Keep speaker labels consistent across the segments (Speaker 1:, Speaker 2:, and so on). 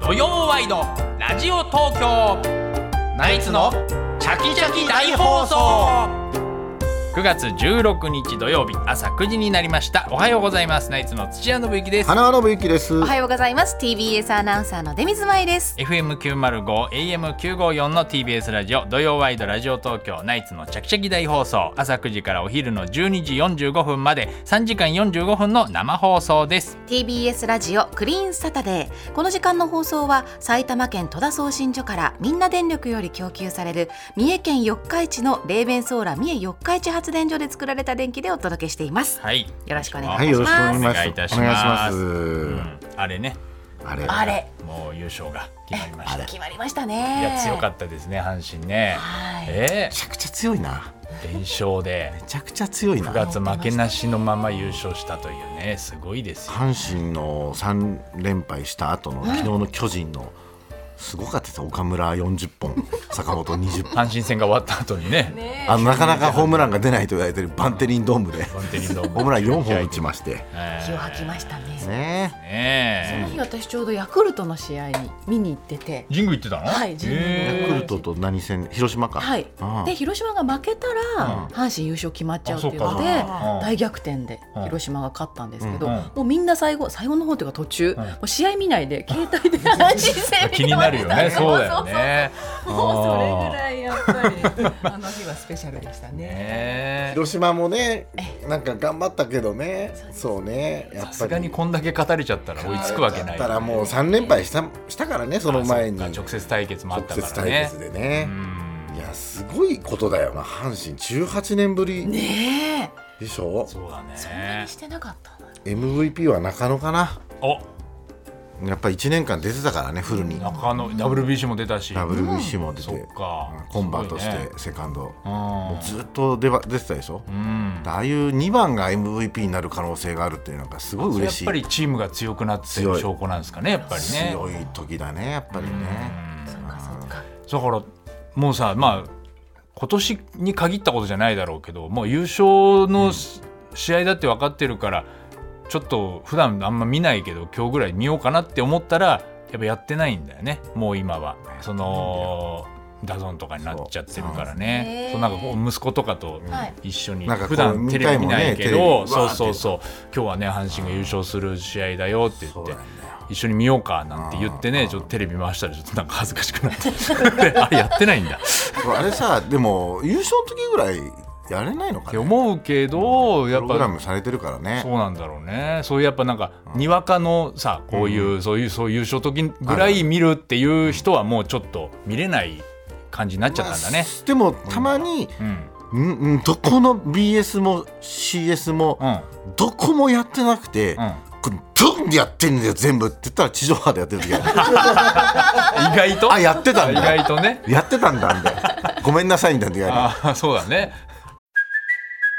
Speaker 1: 土曜ワイドラジオ東京ナイツのチャキチャキ大放送9月16日土曜日朝9時になりましたおはようございますナイツの土屋信之です
Speaker 2: 花輪信之です。
Speaker 3: おはようございます TBS アナウンサーの出水舞です
Speaker 1: FM905 AM954 の TBS ラジオ土曜ワイドラジオ東京ナイツのチャキチャキ大放送朝9時からお昼の12時45分まで3時間45分の生放送です
Speaker 3: TBS ラジオクリーンサタデーこの時間の放送は埼玉県戸田送信所からみんな電力より供給される三重県四日市の冷弁ソーラー三重四日市発電所で作られた電気でお届けしています
Speaker 1: はい
Speaker 3: よろしくお願
Speaker 2: は
Speaker 3: いします
Speaker 2: い、よろしくお願
Speaker 1: お願
Speaker 2: いします。
Speaker 1: いいたし
Speaker 2: お願いし
Speaker 1: ま
Speaker 2: ますす。
Speaker 1: うんあれね
Speaker 2: あれ。
Speaker 3: あれ
Speaker 1: もう優勝が決まりました
Speaker 3: 決まりました
Speaker 1: い
Speaker 3: ね
Speaker 1: や強か
Speaker 3: っ
Speaker 1: ったですね阪神ね
Speaker 3: はい
Speaker 1: え
Speaker 2: めちゃくちゃ強いな。
Speaker 1: ー連勝で
Speaker 2: めちゃくちゃ強いな。阪
Speaker 1: 9月負けなしのまま優勝したというねすごいですよ
Speaker 2: 神の三連敗した後の昨日の巨人の。すごかったです。岡村40本、 坂本20本。
Speaker 1: 阪神戦が終わった後に ね
Speaker 2: あのなかなかホームランが出ないと言われてるバンテリンドームで。
Speaker 1: バンテリンドーム
Speaker 2: ホームラン4本打ちまして。
Speaker 1: え
Speaker 3: 気を吐きましたね
Speaker 2: ね
Speaker 3: そ
Speaker 1: ね
Speaker 3: の日私ちょうどヤクルトの試合に見に行ってて
Speaker 1: え神宮行ってたの
Speaker 3: はい神宮
Speaker 2: え。ヤ
Speaker 3: の
Speaker 1: へ
Speaker 2: クルトと何戦、広島か。
Speaker 3: はい
Speaker 2: ああ
Speaker 3: で広島が負けた
Speaker 1: うん
Speaker 3: ら阪神優勝決まっちゃうっていう
Speaker 1: あそ
Speaker 3: の
Speaker 1: う
Speaker 3: で
Speaker 1: かうん
Speaker 3: 大逆転で
Speaker 1: うん
Speaker 3: 広島が勝ったんですけど
Speaker 1: うんうん
Speaker 3: もうみんな最後最後の方というか途中
Speaker 1: うん
Speaker 3: もう試合見ないで携 帯で阪神戦
Speaker 1: え気になるよ ねそうだよね
Speaker 3: もうそれぐらいやっぱり あの日はスペシャルでしたね。
Speaker 1: ねえ
Speaker 2: 広島もね、なんか頑張ったけどね。そうね。やっぱ
Speaker 1: さ
Speaker 2: り。
Speaker 1: すがにこんだけ語れちゃったら追いつくわけない
Speaker 2: だったらもう三連敗したしたからねその前に
Speaker 1: あそっか直接対決もあった
Speaker 2: 直接
Speaker 1: から
Speaker 2: 対
Speaker 1: ね
Speaker 2: 決でね
Speaker 1: うん
Speaker 2: いやすごいことだよな阪神18年ぶり
Speaker 3: ねえ、
Speaker 2: でしょ、
Speaker 1: そうだ
Speaker 3: そんな
Speaker 1: ね
Speaker 3: にしてなかったな。
Speaker 2: MVP は中野かな
Speaker 1: お
Speaker 2: やっぱ1年間出てたからねフルに
Speaker 1: 中野 WBC も出たし
Speaker 2: WBC も出て、
Speaker 1: そっか
Speaker 2: うんコンバートし
Speaker 1: すごいね
Speaker 2: てセカンド、
Speaker 1: うん
Speaker 2: ずっと出ば出てたでしょ、
Speaker 1: うん
Speaker 2: ああいう2番が MVP になる可能性があるっていうのがすごい嬉しい
Speaker 1: やっぱりチームが強くなって
Speaker 2: 強
Speaker 1: る
Speaker 2: い
Speaker 1: 証拠なんですかねやっぱりね
Speaker 2: 強い時だねやっぱりね、
Speaker 3: そっかそっか。
Speaker 1: だからもうさまあ今年に限ったことじゃないだろうけどもう優勝のし試合だって分かってるからちょっと普段あんま見ないけど今日ぐらい見ようかなって思ったらやっぱやってないんだよねもう今はそのダゾーンとかになっちゃってるから
Speaker 3: そう
Speaker 1: ね
Speaker 3: ね
Speaker 1: そうなんかこう息子とかと
Speaker 3: はい
Speaker 1: 一緒に
Speaker 2: なんかこ
Speaker 1: 普
Speaker 2: う
Speaker 1: 段テレビ見ないけど
Speaker 2: 見たい
Speaker 1: そ
Speaker 2: もんねテレビ
Speaker 1: うそうそう今日はね阪神が優勝する試合だよって言
Speaker 2: そう
Speaker 1: っ
Speaker 2: な
Speaker 1: て
Speaker 2: んだよ
Speaker 1: 一緒に見ようかなんて言ってねちょっとテレビ回したらちょっとなんか恥ずかしくなって であれやってないんだ
Speaker 2: あれさでも優勝の時ぐらいやれないの
Speaker 1: っ
Speaker 2: か
Speaker 1: て
Speaker 2: ね
Speaker 1: 思うけどや
Speaker 2: プ
Speaker 1: っ
Speaker 2: ログラ
Speaker 1: ぱ
Speaker 2: ムされてるからね
Speaker 1: そうなんだろうねそういうやっぱなんかにわかのさこういうそういうそういう優勝時ぐらい見るっていう人はもうちょっと見れない感じになっちゃったんだね
Speaker 2: まあでもたまに、
Speaker 1: うん
Speaker 2: うんうん、どこの BS も CS も、
Speaker 1: うん
Speaker 2: どこもやってなくて、
Speaker 1: うん
Speaker 2: これどんでやってんだよ全部って言ったら地上波でやって る時あ
Speaker 1: 意
Speaker 2: る
Speaker 1: 外と
Speaker 2: あやってたん
Speaker 1: 意
Speaker 2: だ
Speaker 1: 外とね
Speaker 2: やってたんだみたいなごめんなさいみたいな時ある
Speaker 1: ああ そうだね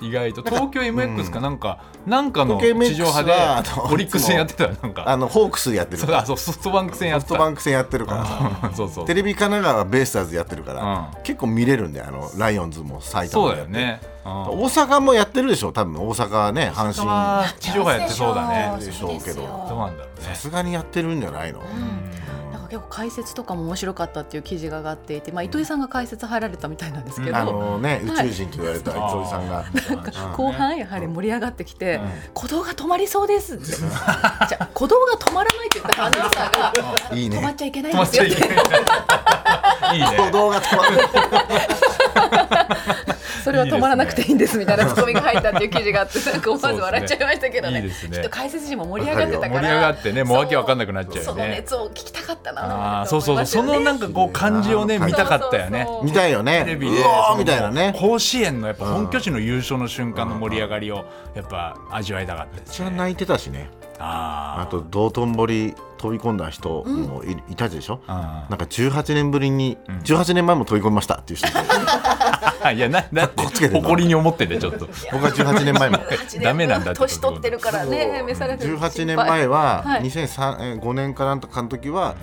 Speaker 1: 意外と東京 MX かなんかなんかの
Speaker 2: 東京 MX
Speaker 1: 地上波で
Speaker 2: はあの
Speaker 1: オリックス戦やってたよなんか
Speaker 2: あのホークスやってる
Speaker 1: そ
Speaker 2: か
Speaker 1: うあ
Speaker 2: ら
Speaker 1: そうソフトバンク戦やって
Speaker 2: ソフ
Speaker 1: た
Speaker 2: トバンク戦やってるからさ
Speaker 1: うんそうそう
Speaker 2: テレビ神奈川はベイスターズやってるから、
Speaker 1: う
Speaker 2: 結構見れるんだよあのライオンズも埼玉
Speaker 1: そ
Speaker 2: も
Speaker 1: うだ
Speaker 2: やっ
Speaker 1: よ
Speaker 2: て
Speaker 1: ね、うん
Speaker 2: 大阪もやってるでしょ多分大阪はね阪
Speaker 1: 人
Speaker 2: 神
Speaker 1: は地上波やってそうだね
Speaker 2: でしょうけど
Speaker 1: どうなんだろう ね
Speaker 2: さすがにやってるんじゃないの、
Speaker 3: なんか結構解説とかも面白かったっていう記事が上がっていて、まあ糸井さんが解説入られたみたいなんですけど。
Speaker 2: あのね宇
Speaker 3: はい
Speaker 2: 宙人と言われた糸井さんが
Speaker 3: 後半やはり盛り上がってきて、鼓動が止まりそうですって。じゃあ鼓動が止まらないって言ったらアナウンサーが
Speaker 2: いい
Speaker 3: 止まっ
Speaker 2: ね
Speaker 3: ちゃいけない
Speaker 1: 止まっ
Speaker 3: です
Speaker 1: ちゃ
Speaker 3: よ
Speaker 1: い
Speaker 3: っ
Speaker 1: け
Speaker 3: て。
Speaker 1: ない。いい
Speaker 2: 歩
Speaker 1: ね。
Speaker 2: 道が止まる
Speaker 3: それは止まらなくていいんですみたいなツッコミが入ったっていう記事があって、なんか思わず笑っちゃいましたけどね。
Speaker 1: そうですねいいですね
Speaker 3: きっと解説陣も盛り上がってたから。
Speaker 1: 盛り上がってね、もうわけわかんなくなっちゃう
Speaker 3: そ
Speaker 1: よ
Speaker 3: うその
Speaker 1: ね。
Speaker 3: 熱を聞きたかったな。
Speaker 1: ああ、そうそうそう、そのなんかこう感じをね、
Speaker 2: そう
Speaker 1: 見たかったよね。
Speaker 3: そうそうそう
Speaker 2: 見たいよね
Speaker 1: テレビで、
Speaker 2: う
Speaker 1: そ
Speaker 2: おー
Speaker 1: の
Speaker 2: みたいなね
Speaker 1: 甲子園のやっぱ本拠地の優勝の瞬間の盛り上がりを、やっぱ味わいたかったです
Speaker 2: 一番
Speaker 1: ね。
Speaker 2: 泣いてたしね
Speaker 1: あ
Speaker 2: あと道頓堀飛び込んだ人もい,、いたでしょ、
Speaker 1: あ
Speaker 2: なんか18年ぶりに、18年前も飛び込みましたっていう人 が
Speaker 1: あいやなだって
Speaker 2: こつけてんの
Speaker 1: 誇りに思っててちょっと
Speaker 2: 僕は18年前も
Speaker 1: ダメなんだってこと
Speaker 3: 年取ってるからね召されてる
Speaker 2: 18年前は
Speaker 3: はい
Speaker 2: 2005年かなんとかの時は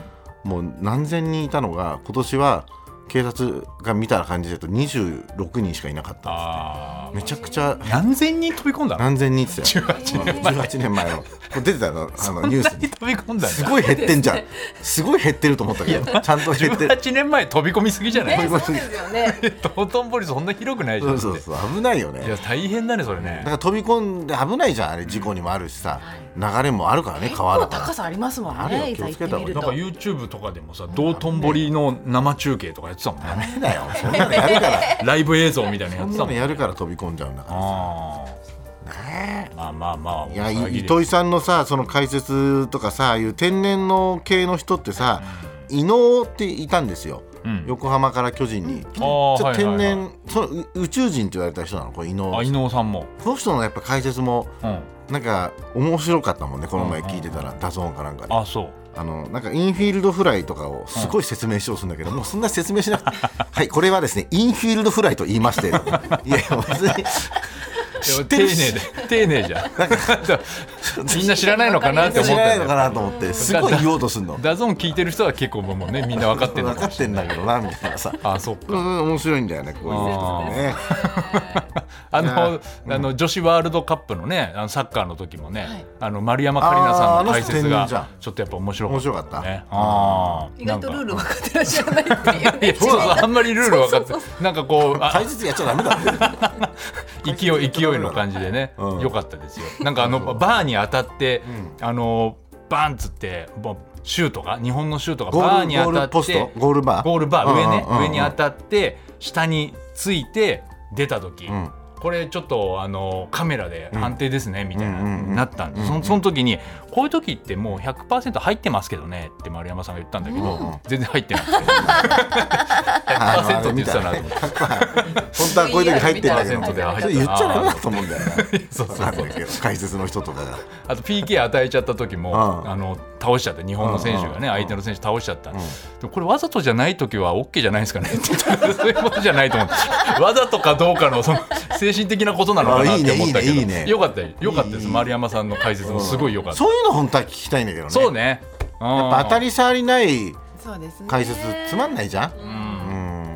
Speaker 2: もう何千人いたのが今年は警察が見た感じで言うと26人しかいなかった
Speaker 1: あ
Speaker 2: めちゃくちゃ
Speaker 1: ー何千人飛び込んだの
Speaker 2: 何千人って言ってた
Speaker 1: 18
Speaker 2: よ
Speaker 1: 年前
Speaker 2: 18年前のこれ出てたよあのニュースに
Speaker 1: 飛び込ん だ
Speaker 2: す
Speaker 1: んだ
Speaker 2: ごい減ってんじゃんすごい減ってると思ったけどちゃんと減ってる
Speaker 1: 18年前飛び込みすぎじゃない、
Speaker 3: ねそうですよね
Speaker 1: 道 頓堀そんな広くないじゃ
Speaker 2: そ
Speaker 1: ん
Speaker 2: うそうそう危ないよね
Speaker 1: いや大変だねそれね
Speaker 2: だから飛び込んで危ないじゃんあれ事故にもあるしさ流れもあるからね
Speaker 3: 結
Speaker 2: 川だ
Speaker 3: 構
Speaker 2: から
Speaker 3: 高さありますもん
Speaker 2: あるよ
Speaker 3: ねいざ行ってみる
Speaker 1: なんか
Speaker 3: と
Speaker 1: YouTube とかでもさ道頓堀の生中継とかやってたもん
Speaker 2: ダ
Speaker 1: ね
Speaker 2: メだよそんなのやるから
Speaker 1: ライブ映像みたいなのや
Speaker 2: そ
Speaker 1: っ てた
Speaker 2: んなの
Speaker 1: もん
Speaker 2: やるから飛び込んじゃうんだから
Speaker 1: あーまあまあまあ
Speaker 2: いや
Speaker 1: 大騒ぎ
Speaker 2: い
Speaker 1: で
Speaker 2: 糸井さんのさその解説とかさああいう天然の系の人ってさ、伊能っていたんですよ、
Speaker 1: うん
Speaker 2: 横浜から巨人に、ち
Speaker 1: あー
Speaker 2: ょっと
Speaker 1: はいはいは
Speaker 2: 天
Speaker 1: い
Speaker 2: 然、そのう宇宙人って言われた人なのこれ伊能
Speaker 1: あ伊野尾さんも、
Speaker 2: この人のやっぱ解説も
Speaker 1: うん、
Speaker 2: なんか面白かったもんねこの前
Speaker 1: うんうん
Speaker 2: 聞いてたら、ダゾーンかなんかであ
Speaker 1: あそう
Speaker 2: のなんかインフィールドフライとかをすごい説明しようとするんだけど、もうそんな説明しなくて はいこれはですねインフィールドフライと言いま していやいや別に知って
Speaker 1: 丁寧
Speaker 2: る
Speaker 1: で
Speaker 2: し
Speaker 1: 丁寧じゃんみんな知らないのか なって
Speaker 2: 知
Speaker 1: 思っ
Speaker 2: ら
Speaker 1: た
Speaker 2: ない
Speaker 1: ん
Speaker 2: の
Speaker 1: だ
Speaker 2: かなと思ってすごい言おうとすんの
Speaker 1: ダゾーン聞いてる人は結構もうねみんな分かってる
Speaker 2: 分かってんだけどなみたいなさ
Speaker 1: あそう
Speaker 2: うんうん面白いんだよねこういうのね
Speaker 1: あ
Speaker 2: い
Speaker 1: の
Speaker 2: や,、
Speaker 1: あの女子ワールドカップのねあのサッカーの時もね、
Speaker 3: はい
Speaker 1: あの丸山桂里奈さんの
Speaker 2: あー
Speaker 1: 解
Speaker 2: あの人
Speaker 1: 説
Speaker 2: 天然じゃ
Speaker 1: が
Speaker 2: ん
Speaker 1: ちょっとやっぱ面白か
Speaker 2: 面
Speaker 1: った
Speaker 2: 白かった、
Speaker 1: ねあー
Speaker 3: 意外とルー
Speaker 1: なん
Speaker 3: ル
Speaker 1: か
Speaker 3: 分かってらっしゃらないっていうね
Speaker 1: そうそうあんまりルール分かってなんかこうあ
Speaker 2: 解説やっちゃダ メだね
Speaker 1: 勢い勢いの感じでね良、
Speaker 2: うん
Speaker 1: かったですよなんかあのバーに当たって、あのバーンっつってもうシュートが日本のシュートが
Speaker 2: ゴ
Speaker 1: バー
Speaker 2: ー
Speaker 1: に
Speaker 2: ル
Speaker 1: 当
Speaker 2: ゴー
Speaker 1: た
Speaker 2: ル
Speaker 1: って
Speaker 2: ポストゴールバー
Speaker 1: ゴールバー上ね、
Speaker 2: うんうんうん
Speaker 1: 上に当たって下について出た時、
Speaker 2: ん
Speaker 1: これちょっとあのカメラで判定ですね、みたいな、
Speaker 2: うんうんうん
Speaker 1: なったんでそのその時にこういう時ってもう100%入ってますけどねって丸山さんが言ったんだけど、全然入ってない 100%って言ってたなと思って
Speaker 2: 本当はこういう時入ってんだけど
Speaker 1: 100%で
Speaker 2: そ
Speaker 1: 入ってた
Speaker 2: れ言っちゃダメだと思うんだよね
Speaker 1: そうそう
Speaker 2: なんだけど解説の人とかが
Speaker 1: あと PK 与えちゃった時も、
Speaker 2: うん
Speaker 1: あの倒しちゃって日本の選手がね、
Speaker 2: うんうん
Speaker 1: 相手の選手倒しちゃった、でもこれわざとじゃない時は OK じゃないですかねって言ったらそういうことじゃないと思 うわざとかどうかのその精神的なことなのかなって思ったけど
Speaker 2: あいいねいいねいいね
Speaker 1: よかったよよかったです丸山さんの解説もすごいよかった、
Speaker 2: そういうの本当は聞きたいんだけどね
Speaker 1: そうね
Speaker 2: やっぱ当たり障りない
Speaker 3: そうですね
Speaker 2: 解説つまんないじゃん、うん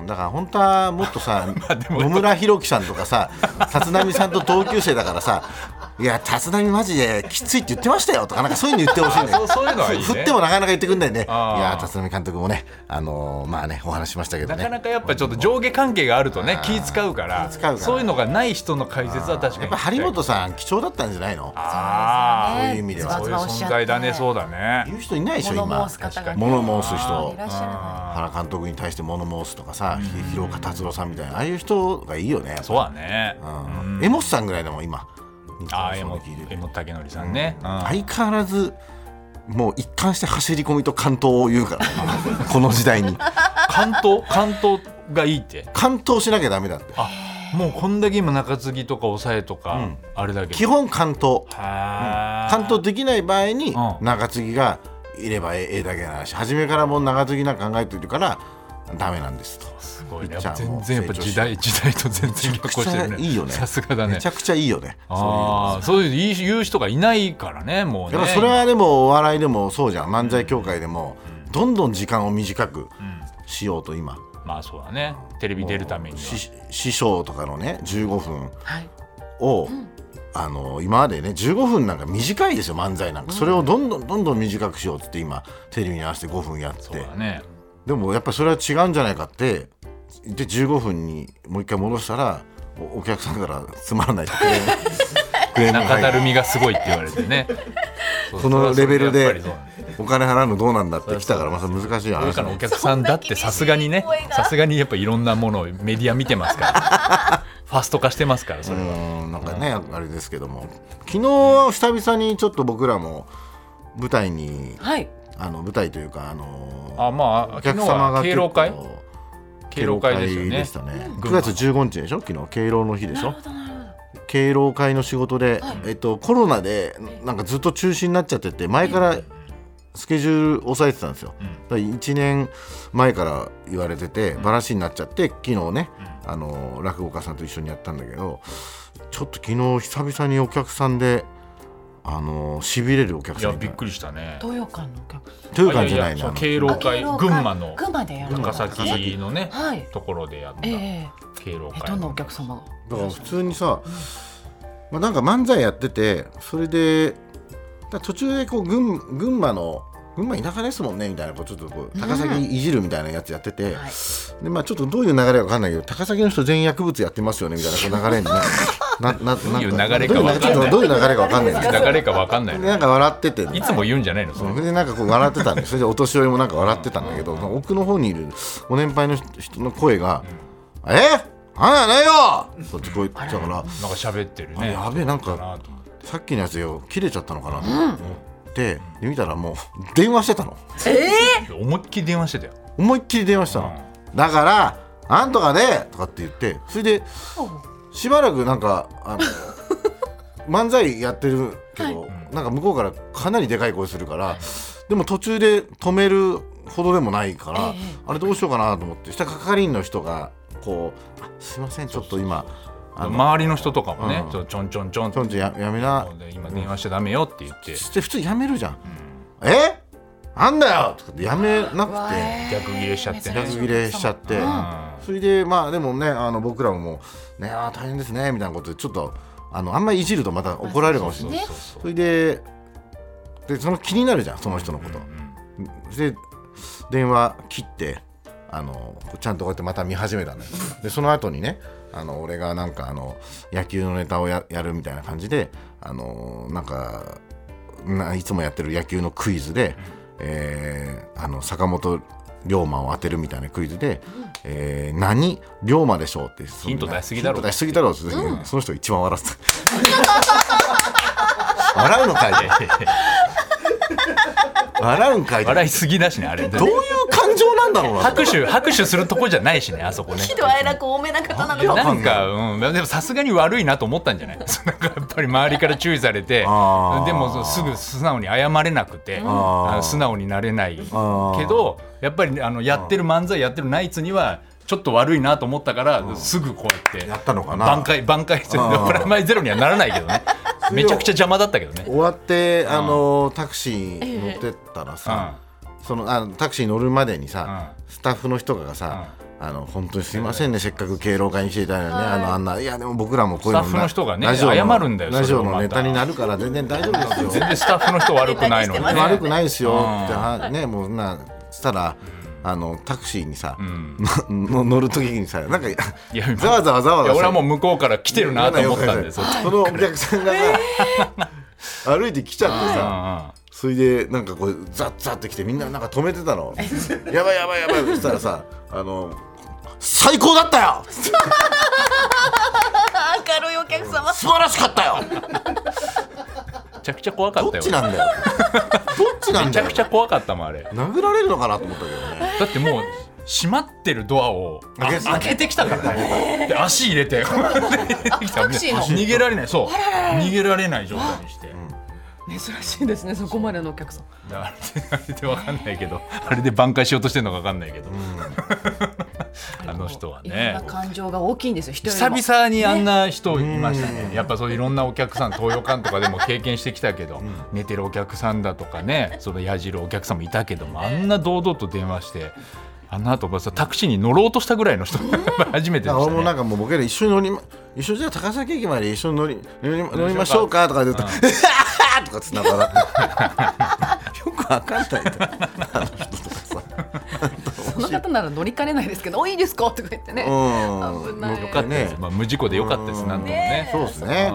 Speaker 2: だから本当はもっと さ
Speaker 1: でも
Speaker 2: 野村弘樹さんとかさ立浪さんと同級生だからさ「いや立浪マジできついって言ってましたよ」とかなんかそういうの言ってほしいんだけ
Speaker 1: そう
Speaker 2: ど
Speaker 1: そういうのはいいね
Speaker 2: 振ってもなかなか言ってくんないねい
Speaker 1: あー
Speaker 2: や立浪監督もねあのーまあねお話ししましたけど
Speaker 1: な
Speaker 2: ね
Speaker 1: かなかやっぱちょっと上下関係があるとね気使うから
Speaker 2: 使うから
Speaker 1: そういうのがない人の解説は確かに
Speaker 2: やっぱ張本さん貴重だったんじゃないの
Speaker 1: あ
Speaker 2: そういう意味では
Speaker 1: あそういう存在だねそうだね
Speaker 2: 言う人いないでしょ
Speaker 3: 物
Speaker 2: 今
Speaker 3: 申す方がね
Speaker 2: 物申す
Speaker 3: い
Speaker 2: 人
Speaker 3: らっしゃ
Speaker 2: 原監督に対して物申すとかさひ広岡達郎さんみたいなああいう人がいいよね
Speaker 1: そうだね
Speaker 2: うん江本さんぐらいだもん今
Speaker 1: ああ
Speaker 2: 日
Speaker 1: 江
Speaker 2: 本
Speaker 1: 本
Speaker 2: 放送で聞いてて
Speaker 1: 江本武則さんね、うん
Speaker 2: 相変わらずもう一貫して走り込みと関東を言うからねこの時代 に
Speaker 1: 関東関東がいいって
Speaker 2: 関東しなきゃダメだって
Speaker 1: あもうこんだけ今中継ぎとか抑えとか、
Speaker 2: うん
Speaker 1: あれだけど
Speaker 2: 基本関東
Speaker 1: はー
Speaker 2: 関東できない場合に
Speaker 1: うん
Speaker 2: 中継ぎがいればええだけなし初めからもう中継ぎなんか考えてるからダメなんですと
Speaker 1: すごいね
Speaker 2: ピッチャー
Speaker 1: 全
Speaker 2: も
Speaker 1: 然やっぱ時代時代と全然逆行してる
Speaker 2: めちゃ
Speaker 1: ね
Speaker 2: くちゃいいよね
Speaker 1: さすがだね
Speaker 2: めちゃくちゃいいよね
Speaker 1: ああそういういい言う人がいないからねもう
Speaker 2: や
Speaker 1: ね
Speaker 2: っぱそれはでもお笑いでもそうじゃん漫才協会でもどんどん時間を短くしようと今
Speaker 1: まあそうだねテレビ出るためには
Speaker 2: し師匠とかのね15分
Speaker 3: はい
Speaker 2: を、あの今までね15分なんか短いですよ漫才なんか、それをどんどんどんどん短くしようっつって今テレビに合わせて5分やっ
Speaker 1: そう
Speaker 2: て
Speaker 1: だね
Speaker 2: でもやっぱりそれは違うんじゃないかってで15分にもう一回戻したらおお客さんからつまらないってク レームクレームが
Speaker 1: 中
Speaker 2: 入
Speaker 1: だ
Speaker 2: る
Speaker 1: るみがすごいって言われて ねそう
Speaker 2: このレベル
Speaker 1: やっぱ
Speaker 2: で
Speaker 1: りそうなんだよ
Speaker 2: お金払うのどうなんだって来たからまた難しい
Speaker 1: どう
Speaker 2: 話
Speaker 1: かのお客さんだってさすがにねさすがにやっぱいろんなものをメディア見てますから ファスト化してますからそれは、
Speaker 2: うんなんかね、あれですけども昨日は久々にちょっと僕らも舞台に
Speaker 3: はい
Speaker 2: あの舞台というかあの
Speaker 1: あまあ
Speaker 2: お
Speaker 1: 昨
Speaker 2: 客
Speaker 1: 日
Speaker 2: 様
Speaker 1: は
Speaker 2: が
Speaker 1: 敬
Speaker 2: 結
Speaker 1: 老
Speaker 2: 構
Speaker 1: 会敬老会ですよ
Speaker 2: 敬
Speaker 1: ね
Speaker 2: でしたね
Speaker 1: ん
Speaker 2: 9月15日でしょ昨日敬老の日でしょ敬老会の仕事で、えっと、コロナでなんかずっと中止になっちゃってて前からスケジュール抑えてたんですよ、1年前から言われててバラシになっちゃって昨日ね、あの落語家さんと一緒にやったんだけどちょっと昨日久々にお客さんであのしびれるお客
Speaker 1: い
Speaker 2: さ
Speaker 1: や
Speaker 2: んいた
Speaker 1: びっくりしたね
Speaker 4: 東洋館のお客さん
Speaker 2: という感じじゃない
Speaker 1: あや
Speaker 2: な
Speaker 1: やそう敬老
Speaker 4: あ
Speaker 1: 会
Speaker 4: 敬老会
Speaker 1: 群馬の
Speaker 4: 群馬でやるんだ
Speaker 1: 高崎のね
Speaker 4: はい
Speaker 1: ところでやった
Speaker 4: ええ
Speaker 1: 敬
Speaker 4: え
Speaker 1: 老
Speaker 4: えど
Speaker 1: 会
Speaker 4: んなお客様が
Speaker 2: だから普通にさ、まあ、なんか漫才やっててそれでだ途中でこう群群馬の群馬田舎ですもんねみたいなこうちょっとこう高崎いじるみたいなやつやってて、
Speaker 4: はい
Speaker 2: でまあ、ちょっとどういう流れか分かんないけど高崎の人全員薬物やってますよねみたいなこう流れに ななななどう
Speaker 1: いう流れか分かんない
Speaker 2: どういう流れか分かんないんですけど
Speaker 1: 流れかわかんない
Speaker 2: でなんか笑ってて、
Speaker 1: いつも言うんじゃないのそ
Speaker 2: そ
Speaker 1: れ
Speaker 2: れでなんかこう笑ってたんでそれでお年寄りもなんか笑ってたんだけど奥の方にいるご年配の人の声が「えあんやねえよ!」と聞こえてたから
Speaker 1: なんか喋ってる
Speaker 2: あ
Speaker 1: ね
Speaker 2: やべえなん
Speaker 1: かな
Speaker 2: か
Speaker 1: と思って
Speaker 2: さっきのやつよ切れちゃったのかなと思って、で見たらもう電話してたの
Speaker 1: いや思いっきり電話してたよ
Speaker 2: 思いっきり電話したの、だから「なんとかで」とかって言ってそれでしばらくなんかあの漫才やってるけど、なんか向こうからかなりでかい声するからでも途中で止めるほどでもないから、あれどうしようかなと思ってしたら係員の人がこうあ「すいませんちょっと今あの
Speaker 1: 周りの人とかもね
Speaker 2: うん
Speaker 1: ちょちょんちょんちょん
Speaker 2: ちょんちょんややめな」
Speaker 1: で今電話しちゃダメよって言って
Speaker 2: して普通やめるじゃん、えなんだよとかってやめなくて
Speaker 1: 逆ギレしちゃってね
Speaker 2: 逆切れしちゃって、それでまあでもねあの僕らももうねあー大変ですねみたいなことでちょっとあのあんまりいじるとまた怒られるかもしれない、
Speaker 1: そうそう
Speaker 2: それででその気になるじゃんその人のこと、で電話切ってあのちゃんとこうやってまた見始めたんですよでその後にねあの俺がなんかあの野球のネタをややるみたいな感じであのなんかないつもやってる野球のクイズで、えーあの坂本龍馬を当てるみたいなクイズで「えー何龍馬でしょう?」ってそんな
Speaker 1: ヒント出しすぎだろ
Speaker 2: ヒント出しすぎだろうって、その人が一番笑ってた笑う のかい
Speaker 1: いやいや
Speaker 2: 笑うんかいって
Speaker 1: 笑いすぎだしねあれ
Speaker 2: どういう感情なんだろうな
Speaker 1: 拍手拍手するとこじゃないしねあそこね
Speaker 4: 喜怒哀楽多めな方なのか
Speaker 2: わか
Speaker 1: なんん
Speaker 2: ない
Speaker 1: か、うん、でもさすがに悪いなと思ったんじゃない なんかやっぱり周りから注意されてで
Speaker 2: あー
Speaker 1: もすぐ素直に謝れなくて
Speaker 2: あー
Speaker 1: あの素直になれないけ
Speaker 2: ー
Speaker 1: どやっぱりあのやってる漫才やってるナイツにはちょっと悪いなと思ったからすぐこうやって
Speaker 2: やったのかな
Speaker 1: 挽回挽回してプ
Speaker 2: あー
Speaker 1: ラマイゼロにはならないけどねめちゃくちゃ邪魔だったけどね。
Speaker 2: 終わってあのタクシー乗ってったらさ、そのあタクシー乗るまでにさ、スタッフの人がさ、あの本当にすいませんね、せっかく敬老会に来ていただいたのにね、あのあんないやでも僕らもこういうのな
Speaker 1: スタッフの人がね
Speaker 2: ラジオの
Speaker 1: 謝るんだよ
Speaker 2: ラジオの
Speaker 1: それ
Speaker 2: ネ
Speaker 1: をまた
Speaker 2: タになるから全然大丈夫ですよ
Speaker 1: 全然スタッフの人悪くないのにね。
Speaker 2: 悪くないですよってはねもうなしたらあのタクシーにさ、のの乗る時にさなんか
Speaker 1: いや
Speaker 2: ざわざわざわ
Speaker 1: い
Speaker 2: ざ
Speaker 1: や俺
Speaker 2: わ
Speaker 1: はもう向こうから来てるなと思ったんで
Speaker 2: そ
Speaker 1: す。
Speaker 2: のお客さんがさ 歩いてきちゃってさ、それでなんかこうザッザッてきてみんななんか止めてたのやばいやばいやばいそしたらさあの最高だったよ
Speaker 4: 明るいお客様
Speaker 2: 素晴らしか ったよ
Speaker 1: めちゃくちゃ怖か
Speaker 2: ど
Speaker 1: っ
Speaker 2: った
Speaker 1: よ
Speaker 2: ち。なんだ よどっちなん
Speaker 1: めち
Speaker 2: だ
Speaker 1: ゃ
Speaker 2: よ
Speaker 1: くちゃ怖かったもんあれ。
Speaker 2: 殴られるのかなと思ったけどね
Speaker 1: だってもう閉まってるドアをあ
Speaker 2: 開けてたね
Speaker 1: 開けてきたからねで足入れてタク
Speaker 4: シーの
Speaker 1: 逃げられないそう逃げられない状態にして、
Speaker 4: 珍しいですねそこまでのお客さん
Speaker 1: だからあれでわかんないけどあれで挽回しようとしてるのかわかんないけど、 あの人はい
Speaker 4: ろん
Speaker 1: ね
Speaker 4: な感情が大きいんですよ人より
Speaker 1: 久
Speaker 4: も
Speaker 1: 々にあんな人いましたねやっぱそういろんなお客さん東洋館とかでも経験してきたけど、寝てるお客さんだとかねそのやじるお客さんもいたけどもあんな堂々と電話して。あの後さタクシーに乗ろうとしたぐらいの人初めてで
Speaker 2: だ
Speaker 1: した
Speaker 2: から俺も
Speaker 1: ね
Speaker 2: なん。かもうボケで一緒に乗り、ま、一緒じゃあ高崎駅まで一緒に乗り乗り乗りましょうかとか 言って「うわー!」とかつながら よくわかんないんだよあの人とかさ
Speaker 4: その方なら乗りかねないですけど「おいいですか?」とか言ってね
Speaker 2: うん
Speaker 4: 危ない
Speaker 1: よかったです、
Speaker 2: ね
Speaker 1: まあ、無事故でよかったです、なんともね
Speaker 2: そうですね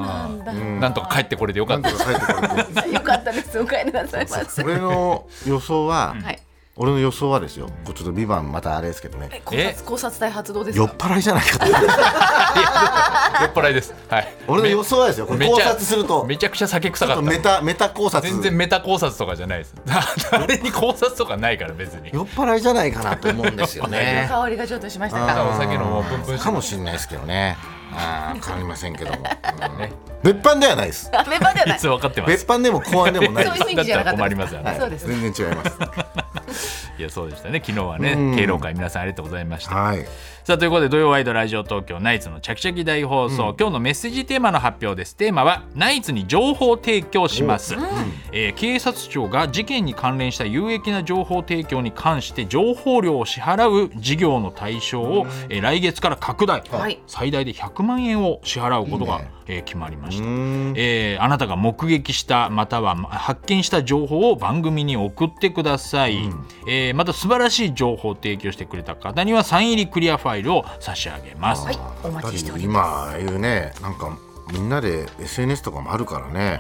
Speaker 1: うんなんとか帰ってこれでよか
Speaker 2: な
Speaker 1: っ
Speaker 2: ん
Speaker 1: た
Speaker 2: と
Speaker 1: です
Speaker 2: か帰ってこれ て
Speaker 4: よかったですお帰りなさいませ
Speaker 2: 俺の予想は、
Speaker 4: はい
Speaker 2: 俺の予想はですよ、こうちょっと「ビバンまたあれですけどね
Speaker 4: 考察考察隊発動です
Speaker 2: 酔
Speaker 4: か
Speaker 2: っ払いじゃない かと
Speaker 1: 酔っ払いですはい
Speaker 2: 俺の予想はですよこれ考察すると
Speaker 1: めちゃくちゃ酒臭
Speaker 2: ちょ
Speaker 1: か
Speaker 2: っ
Speaker 1: っ
Speaker 2: と
Speaker 1: た
Speaker 2: メタメタ考察
Speaker 1: 全然メタ考察とかじゃないです 誰に考察とかないから別に
Speaker 2: 酔っ払いじゃないかなと思うんですよね
Speaker 4: 香りがちょっとしましたか
Speaker 1: お酒のもうプンプンして
Speaker 2: かもしれないですけどねあー変わりませんけども、うん
Speaker 1: ね
Speaker 2: 別版ではないです
Speaker 4: メンバーではないい。
Speaker 1: つ分かってます
Speaker 2: 別版でも公安でもない
Speaker 4: そ
Speaker 2: で
Speaker 4: う
Speaker 2: す
Speaker 4: いう雰囲気じゃなかった
Speaker 1: だったら困りますよね
Speaker 4: そうですね。
Speaker 2: 全然違います
Speaker 1: いやそうでしたね昨日はね
Speaker 2: うん
Speaker 1: 敬老会皆さんありがとうございました
Speaker 2: はい
Speaker 1: さあということで土曜ワイドラジオ東京ナイツのちゃきちゃき大放送、今日のメッセージテーマの発表ですテーマはナイツに情報提供します、えー警察庁が事件に関連した有益な情報提供に関して情報料を支払う事業の対象を、えー来月から拡大、
Speaker 4: はい
Speaker 1: 最大で100万円を支払うことがえー決まりました
Speaker 2: うん
Speaker 1: えーあなたが目撃したまたはま発見した情報を番組に送ってください、えーまた素晴らしい情報を提供してくれた方にはサイン入りクリアファイルを差し上げます、
Speaker 4: はい、お待ちしておりま
Speaker 2: 今ああいうねなんかみんなで SNS とかもあるからね、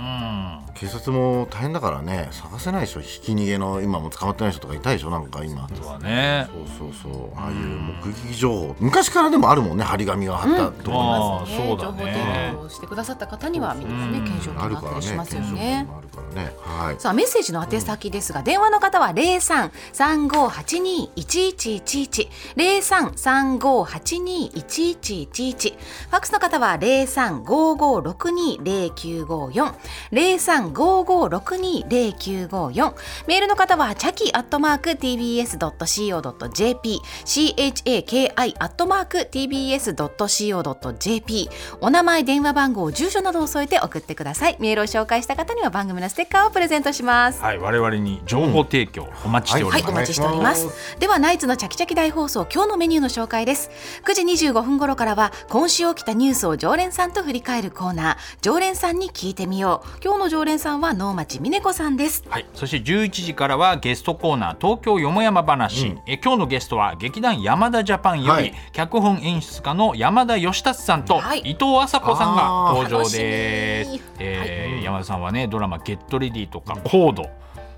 Speaker 2: 警察も大変だからね探せないでしょひき逃げの今も捕まってない人とかいたでしょなんか今そう
Speaker 1: そうね
Speaker 2: そうそうああいう目撃情報昔からでもあるもんね張り紙が貼ったとこ
Speaker 1: ああ
Speaker 4: す。
Speaker 1: そうだ
Speaker 4: 情報提
Speaker 1: ね
Speaker 4: 供をしてくださった方には、皆さんね、検証
Speaker 2: に
Speaker 4: 金
Speaker 2: ある
Speaker 4: があ
Speaker 2: か
Speaker 4: った
Speaker 2: ら
Speaker 4: り
Speaker 2: ね
Speaker 4: しますよ
Speaker 2: 検証
Speaker 4: ね
Speaker 2: も。あるからねはい
Speaker 3: さあメッセージの宛先ですが、電話の方は零三三五八二一一一一零三三五八二一一一一ファックスの方は零三五五六二零九五四零三五五六二零九五四メールの方はチャキアットマーク TBS ドット CO ドット JP C H A K I アットマーク TBS ドット CO ドット JP お名前電話番号住所などを添えて送ってください。メールを紹介した方には番組のステッカーをプレゼントします。
Speaker 1: はい我々に情報提供お待ちしております、
Speaker 3: はい、お待ちしております
Speaker 2: お願い。
Speaker 3: では、ナイツのチャキチャキ大放送、今日のメニューの紹介です。9時25分頃からは、今週起きたニュースを常連さんと振り返るコーナー、常連さんに聞いてみよう。今日の常連さんは、能町みね子さんです。
Speaker 1: はい、そして11時からはゲストコーナー「東京よもやま話、え今日のゲストは劇団山田ジャパンより、
Speaker 2: はい
Speaker 1: 脚本演出家の山田義達さんと、
Speaker 3: はい
Speaker 1: 伊藤麻子さんが登場で
Speaker 3: あー楽しみ
Speaker 1: す、えー山田さんはねドラマ「ゲットレディ」とか「コード」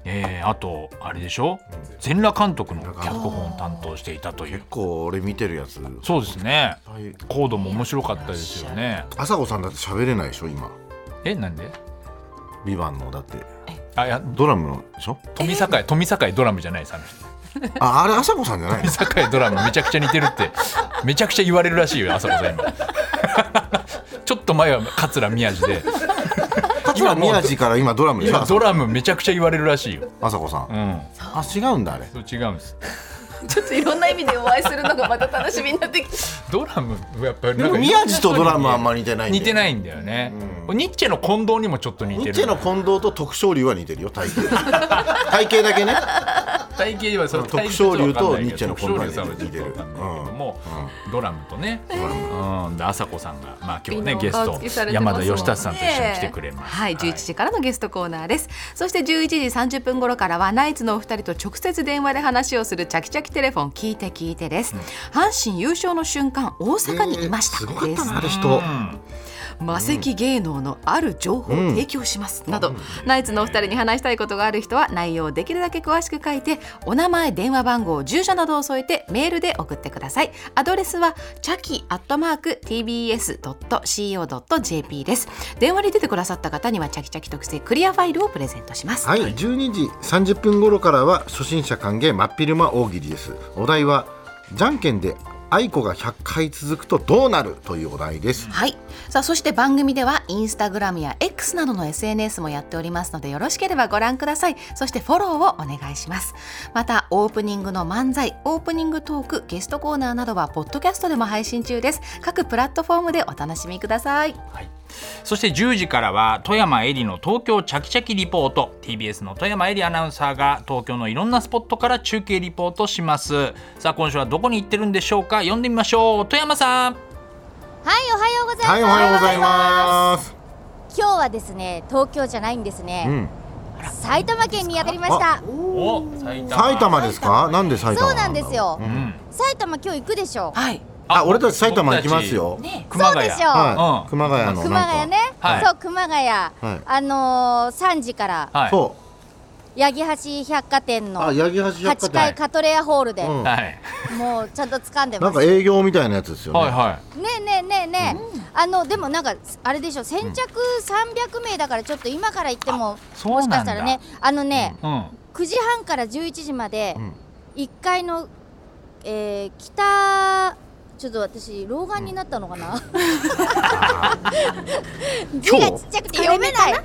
Speaker 1: えーあとあれでしょ全裸監督の脚本を担当していたという
Speaker 2: 結構俺見てるやつ
Speaker 1: そうですね
Speaker 2: はい
Speaker 1: コードも面白かったですよね
Speaker 2: 朝子さんだって喋れないでしょ今
Speaker 1: えなんで
Speaker 2: ビバンのだって
Speaker 1: あいや
Speaker 2: ドラムのでしょ
Speaker 1: 富坂富坂ドラムじゃないですあの人
Speaker 2: ああれ朝子さんじゃな いの
Speaker 1: 酒井ドラムめちゃくちゃ似てるってめちゃくちゃ言われるらしいよ朝子さん今 ちょっと前は桂宮治で
Speaker 2: 桂宮治から今ドラムでしょ
Speaker 1: 今ドラムめちゃくちゃ言われるらしいよ、
Speaker 2: 朝子さん
Speaker 1: うん、
Speaker 2: あ違うんだあれ
Speaker 1: そう違うんです
Speaker 4: ちょっといろんな意味でお会いするのがまた楽しみになってきて。
Speaker 1: ドラムやっぱり
Speaker 2: でも宮治とドラムはあんまり似てないんで
Speaker 1: 似てないんだよね、ニッチェの近藤にもちょっと似て
Speaker 2: ニ
Speaker 1: る
Speaker 2: ッチェの近藤と徳勝龍は似てるよ体 型体型だけね
Speaker 1: 体型はその
Speaker 2: 徳
Speaker 1: 体型は
Speaker 2: 勝龍と
Speaker 1: わかんないけど
Speaker 2: ニッチェの近
Speaker 1: 徳
Speaker 2: 藤
Speaker 1: 勝龍さんはちょっとわかんないけども、ドラムとね、うん、で朝子さんがまあ今日ねゲス
Speaker 4: お顔つきさ
Speaker 1: ト
Speaker 4: れてますも
Speaker 1: 山
Speaker 4: ん
Speaker 1: 田
Speaker 4: ね
Speaker 1: 義達さんと一緒に来てくれます、
Speaker 3: はい、11時からのゲストコーナーです。そして11時30分頃からはナイツのお二人と直接電話で話をするチャキチャキテレフォン聞いて聞いてです。阪神優勝の瞬間、大阪にいました。
Speaker 2: すごかっ
Speaker 3: で
Speaker 2: た
Speaker 3: す
Speaker 2: なあれ人
Speaker 3: 魔石芸能のある情報を提供します、など、ナイツのお二人に話したいことがある人は内容をできるだけ詳しく書いてお名前電話番号住所などを添えてメールで送ってくださいアドレスはチャキアットマーク TBS.CO.jp です電話に出てくださった方にはチャキチャキ特製クリアファイルをプレゼントします、
Speaker 2: はい12時30分頃からは初心者歓迎真っ昼間大喜利ですお題はじゃんけんで愛子が100回続くとどうなるというお題です
Speaker 3: はい、さあそして番組ではインスタグラムや X などの SNS もやっておりますのでよろしければご覧くださいそしてフォローをお願いしますまたオープニングの漫才オープニングトークゲストコーナーなどはポッドキャストでも配信中です各プラットフォームでお楽しみください
Speaker 1: そして10時からは富山えりの東京チャキチャキリポート TBS の富山えりアナウンサーが東京のいろんなスポットから中継リポートしますさあ今週はどこに行ってるんでしょうか呼んでみましょう富山さん
Speaker 5: はい、おはようございます。
Speaker 2: はいおはようございます
Speaker 5: 今日はですね、東京じゃないんです
Speaker 2: う
Speaker 5: ね。
Speaker 2: ん
Speaker 5: 埼玉県にやってきました。
Speaker 1: お埼玉
Speaker 2: 埼玉ですかなんで埼玉
Speaker 5: そうなんですよ
Speaker 2: う。
Speaker 1: ん
Speaker 5: 埼玉今日行くでしょ
Speaker 3: はい
Speaker 2: あ俺たち埼玉行きますよ
Speaker 1: 熊
Speaker 5: そう
Speaker 1: 谷
Speaker 5: でしょ
Speaker 2: は
Speaker 1: うん
Speaker 2: い熊谷のなん
Speaker 5: う。
Speaker 2: か
Speaker 5: 熊谷ね
Speaker 1: はい。
Speaker 5: そう、熊谷。あのー、3時から、
Speaker 1: はい
Speaker 2: そ
Speaker 5: 八木橋百貨店
Speaker 2: うあ
Speaker 5: の
Speaker 2: 八木橋百貨
Speaker 5: 8
Speaker 2: 店
Speaker 5: 階カトレアホールで、
Speaker 2: うん
Speaker 1: はい
Speaker 5: もうちゃんと掴んで
Speaker 2: な
Speaker 5: ま
Speaker 2: ん
Speaker 5: す。
Speaker 2: か営業みたいなやつですよね
Speaker 1: はいは
Speaker 5: ねえねえねえねえ、あのでもなんかあれでしょ先着300名だからちょっと今から行っても
Speaker 1: そうなん
Speaker 5: もし
Speaker 1: だ
Speaker 5: かしたらねあのね、
Speaker 1: いうん
Speaker 5: 9時半から11時まで
Speaker 2: うん
Speaker 5: 1階の、えー北ちょっと私老眼になったの かな、字
Speaker 2: 今日
Speaker 5: がちっちゃくて読めないあ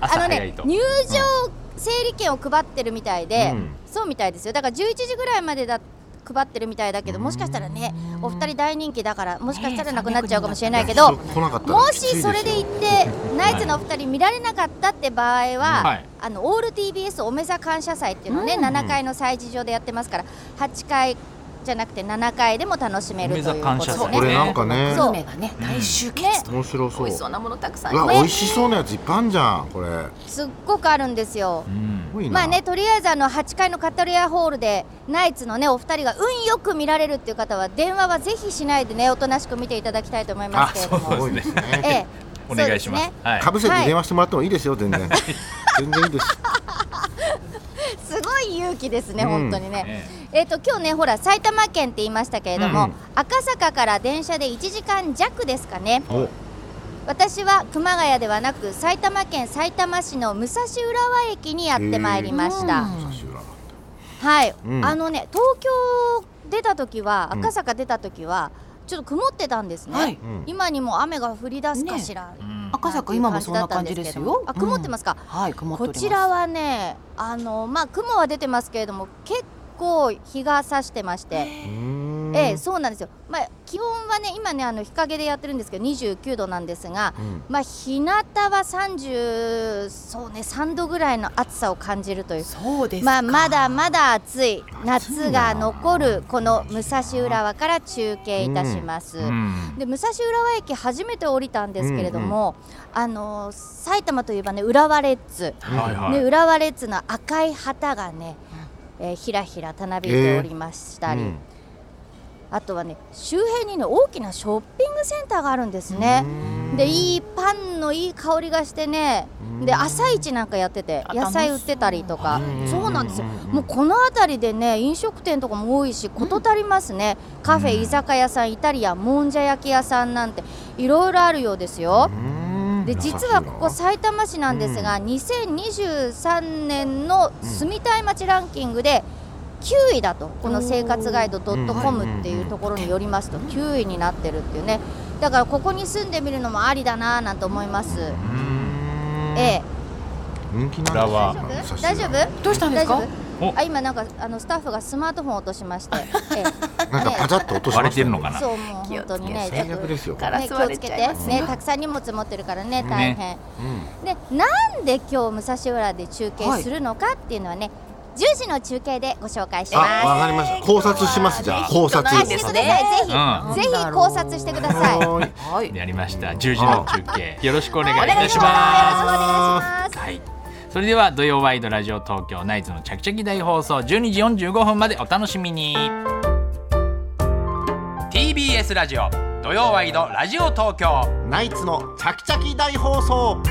Speaker 1: 朝
Speaker 5: の
Speaker 1: 早い
Speaker 5: ね
Speaker 1: と、
Speaker 5: 入場整理券を配ってるみたいで、
Speaker 2: うん
Speaker 5: そうみたいですよだから11時ぐらいまでだ配ってるみたいだけどもしかしたらねお二人大人気だからもしかしたらなくなっちゃうかもしれないけど、
Speaker 2: 人来なかったら
Speaker 5: も
Speaker 2: きついす
Speaker 5: し
Speaker 2: よ
Speaker 5: それで行ってナイツのお二人見られなかったって場合は、
Speaker 1: はい
Speaker 5: あのオール TBS おめざ感謝祭っていうのをね、7階の催事場でやってますから8階じゃなくて7階でも楽しめるという
Speaker 1: おめざ
Speaker 5: こ
Speaker 1: 感謝
Speaker 5: と
Speaker 1: 祭
Speaker 5: で
Speaker 2: これ
Speaker 5: ね。
Speaker 2: なんかね
Speaker 5: そう
Speaker 4: グルメがね大集結と
Speaker 2: 面白そう
Speaker 4: 美味しそうなものたくさん
Speaker 2: うわ
Speaker 4: ね
Speaker 2: 美味しそうなやついっぱいあんじゃんこれす
Speaker 5: すっごくあるんですよ。
Speaker 1: うん
Speaker 2: ごいな
Speaker 5: まあねとりあえずあの8階のカタリアホールでナイツのねお二人が運よく見られるっていう方は電話はぜひしないでねおとなしく見ていただきたいと思います
Speaker 1: あ
Speaker 5: けれ
Speaker 1: そ
Speaker 5: ども。
Speaker 1: うですね
Speaker 5: ええ
Speaker 1: お願いします
Speaker 5: そうですね
Speaker 1: はい
Speaker 2: かぶせて電話してもらってもいいですよ全然全然いいです
Speaker 5: すごい勇気ですね、
Speaker 2: うん
Speaker 5: 本当にね。
Speaker 1: ね
Speaker 5: えっ、と今日ねほら埼玉県って言いましたけれども、
Speaker 2: うん
Speaker 5: 赤坂から電車で1時間弱ですかね。
Speaker 2: お
Speaker 5: 私は熊谷ではなく埼玉県埼玉市の武蔵浦和駅にやってまいりました。
Speaker 2: 差し裏
Speaker 5: はい、
Speaker 2: うん
Speaker 5: あのね東京出た時は赤坂出た時は、ちょっと曇ってたんですね、
Speaker 4: はい
Speaker 2: うん
Speaker 5: 今にも雨が降り出すかしら、
Speaker 1: うん
Speaker 5: なんていう
Speaker 4: 赤坂今もそんな感じですよ
Speaker 5: あ曇ってますか、
Speaker 4: はい曇ってお
Speaker 5: こ
Speaker 4: ります
Speaker 5: ちらはねあのまあ雲は出てますけれども結構日が差してまして、
Speaker 2: うーん
Speaker 5: ええそうなんですよまあ気温はね今ねあの日陰でやってるんですけど29度なんですが、
Speaker 2: うん
Speaker 5: まあ日向は30そうね3度ぐらいの暑さを感じるという
Speaker 4: そうです
Speaker 5: ま
Speaker 4: か
Speaker 5: あ、まだまだ暑い
Speaker 2: 暑
Speaker 5: 夏
Speaker 2: い
Speaker 5: が
Speaker 2: な
Speaker 5: 残るこの武蔵浦和から中継いたします。
Speaker 1: うん
Speaker 5: で武蔵浦和駅初めて降りたんですけれども、あの埼玉といえばね浦和レッズ、
Speaker 1: はいはい
Speaker 5: ね浦和レッズの赤い旗がね、えーひらひらたなびいておりましたり、
Speaker 2: うん
Speaker 5: あとはね周辺にね大きなショッピングセンターがあるんですね。でいいパンのいい香りがしてねで朝市なんかやってて野菜売ってたりとかそうなんですよもうこの辺りでね飲食店とかも多いし事足りますねカフェ居酒屋さんイタリアンもんじゃ焼き屋さんなんていろいろあるようですよ。で実はここ埼玉市なんですが2023年の住みたい街ランキングで9位だとこの生活ガイド .com っていうところによりますと9位になってるっていうねだからここに住んでみるのもありだなぁなんて思います。ええ、
Speaker 2: 人気なん
Speaker 1: 裏は
Speaker 2: ですね
Speaker 5: 大丈夫
Speaker 4: どうしたんですか
Speaker 5: 大丈
Speaker 1: お
Speaker 5: 夫あ今なんかあのスタッフがスマートフォンを落としまして、え
Speaker 2: なんかパチャッと落としましたね
Speaker 1: 割れてるのかな
Speaker 5: そうもう本当にねちょっ
Speaker 2: 最
Speaker 5: と
Speaker 2: 悪ですよ
Speaker 4: ガラ
Speaker 5: ね、
Speaker 4: ス
Speaker 5: 気を
Speaker 4: 割れ
Speaker 5: つけ
Speaker 4: ち
Speaker 5: て
Speaker 4: ゃいます
Speaker 5: ねたくさん荷物持ってるからね大変、
Speaker 1: ね
Speaker 5: でなんで今日武蔵浦で中継するのかっていうのはね、10時の中継でご紹介し
Speaker 2: あ、
Speaker 5: ま
Speaker 2: わかりました考察しますじゃあ考察
Speaker 5: す。
Speaker 4: い
Speaker 5: あ
Speaker 4: い
Speaker 5: し
Speaker 4: で
Speaker 5: て
Speaker 4: す
Speaker 5: くだ
Speaker 4: ね
Speaker 5: さい、ぜ
Speaker 1: うん
Speaker 5: ひ、ぜひ考察してください。お願いし
Speaker 2: はーい
Speaker 4: はい
Speaker 1: やりました10時の中継よろしくお願いいたしま
Speaker 5: ます。お願いします
Speaker 1: す。はいそれでは土曜ワイドラジオ東京ナイツのチャキチャキ大放送12時45分までお楽しみに TBS ラジオ土曜ワイドラジオ東京
Speaker 2: ナイツのチャキチャキ大放送